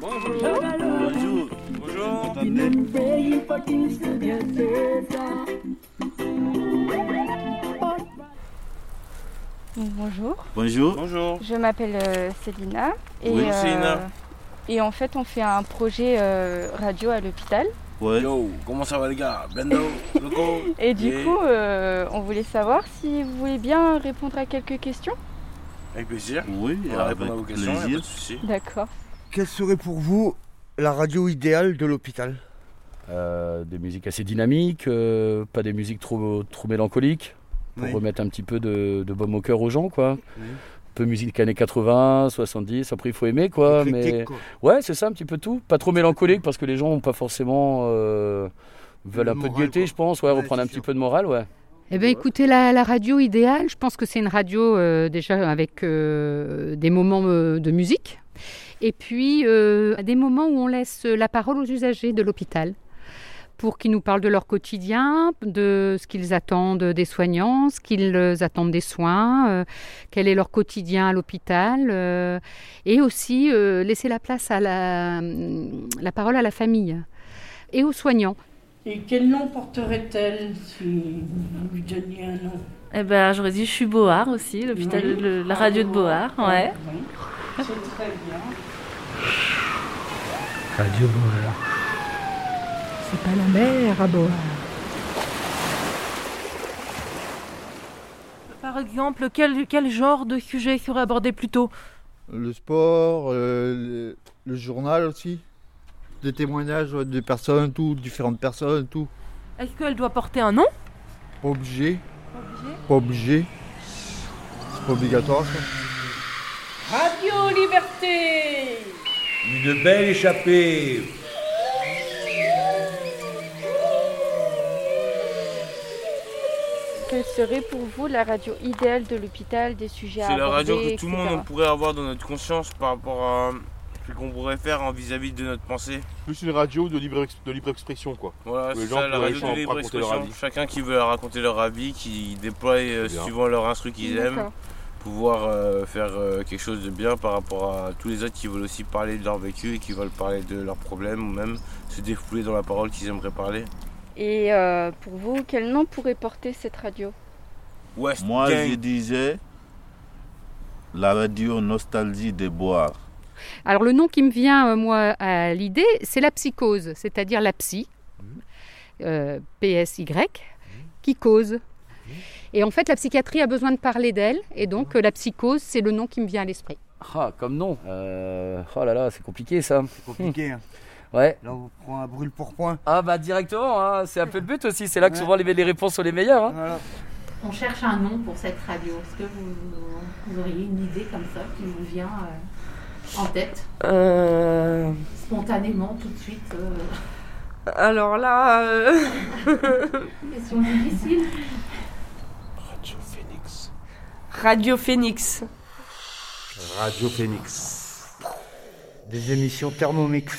Bonjour. Bonjour. Bonjour. Donc, Bonjour, Bonjour. Bonjour. je m'appelle euh, Célina. Et, Oui, euh, Célina. et en fait, on fait un projet euh, radio à l'hôpital. Ouais. Yo, comment ça va les gars Blendo, Loco Et du Yeah. coup, euh, on voulait savoir si vous voulez bien répondre à quelques questions. Avec plaisir. Oui, On va avec répondre à vos questions, y a pas plaisir. de souci. D'accord. Quelle serait pour vous la radio idéale de l'hôpital Euh, des musiques assez dynamiques, euh, pas des musiques trop, trop mélancoliques, pour Oui. remettre un petit peu de, de baume au cœur aux gens, quoi. Oui. Un peu musique années 80, 70, après il faut aimer, quoi. Éclectique, Mais... quoi. Ouais, c'est ça, un petit peu tout. Pas trop mélancolique, parce que les gens n'ont pas forcément... euh, veulent Le un peu de moral, gaieté, quoi. je pense, ouais, Ouais, reprendre c'est un petit sûr. peu de morale, ouais. Eh bien, écoutez, la, la radio idéale, je pense que c'est une radio euh, déjà avec euh, des moments euh, de musique et puis euh, des moments où on laisse euh, la parole aux usagers de l'hôpital pour qu'ils nous parlent de leur quotidien, de ce qu'ils attendent des soignants, ce qu'ils euh, attendent des soins, euh, quel est leur quotidien à l'hôpital, euh, et aussi euh, laisser la place à la, hum, la parole à la famille et aux soignants. Et quel nom porterait-elle si vous lui donniez un nom Eh ben, j'aurais dit je suis Board aussi, l'hôpital, Oui. le- la radio de Board, Oh. ouais. Oui. C'est très bien. C'est pas la mer à boire. Par exemple, quel, quel genre de sujet serait abordé plus tôt Le sport, euh, le, le journal aussi. Des témoignages ouais, de personnes, tout, différentes personnes, tout. Est-ce qu'elle doit porter un nom Pas obligé. Pas obligé. C'est pas obligatoire ça. Radio Liberté Une belle échappée. Quelle serait pour vous la radio idéale de l'hôpital, des sujets à C'est la radio aborder, que tout le etc. monde pourrait avoir dans notre conscience par rapport à ce qu'on pourrait faire en vis-à-vis de notre pensée. plus une radio de libre, ex- de libre expression quoi. Voilà, Les c'est gens ça, la pourraient radio de raconter libre leur expression. avis. Chacun qui veut raconter leur avis, qui déploie euh, Bien. suivant leur instru qu'ils aiment, D'accord. pouvoir euh, faire euh, quelque chose de bien par rapport à tous les autres qui veulent aussi parler de leur vécu et qui veulent parler de leurs problèmes ou même se défouler dans la parole qu'ils aimeraient parler. Et euh, pour vous, quel nom pourrait porter cette radio West Moi, Gang. je disais la radio nostalgie des boires. Alors le nom qui me vient, euh, moi, à l'idée, c'est la psychose, c'est-à-dire la psy, euh, PSY, qui cause. Et en fait, la psychiatrie a besoin de parler d'elle, et donc euh, la psychose, c'est le nom qui me vient à l'esprit. Ah, comme non. Euh, oh là là, c'est compliqué, ça. C'est compliqué. hein. Ouais. Là, on prend un brûle pour point. Ah bah directement, hein, c'est un peu le but aussi, c'est là que Ouais. souvent les, les réponses sont les meilleures. hein. Voilà. On cherche un nom pour cette radio. Est-ce que vous, vous auriez une idée comme ça qui vous vient euh, en tête Euh. Spontanément, tout de suite euh, Alors là, euh. Question difficile. Radio Phoenix. Radio Phoenix. Des émissions thermomix.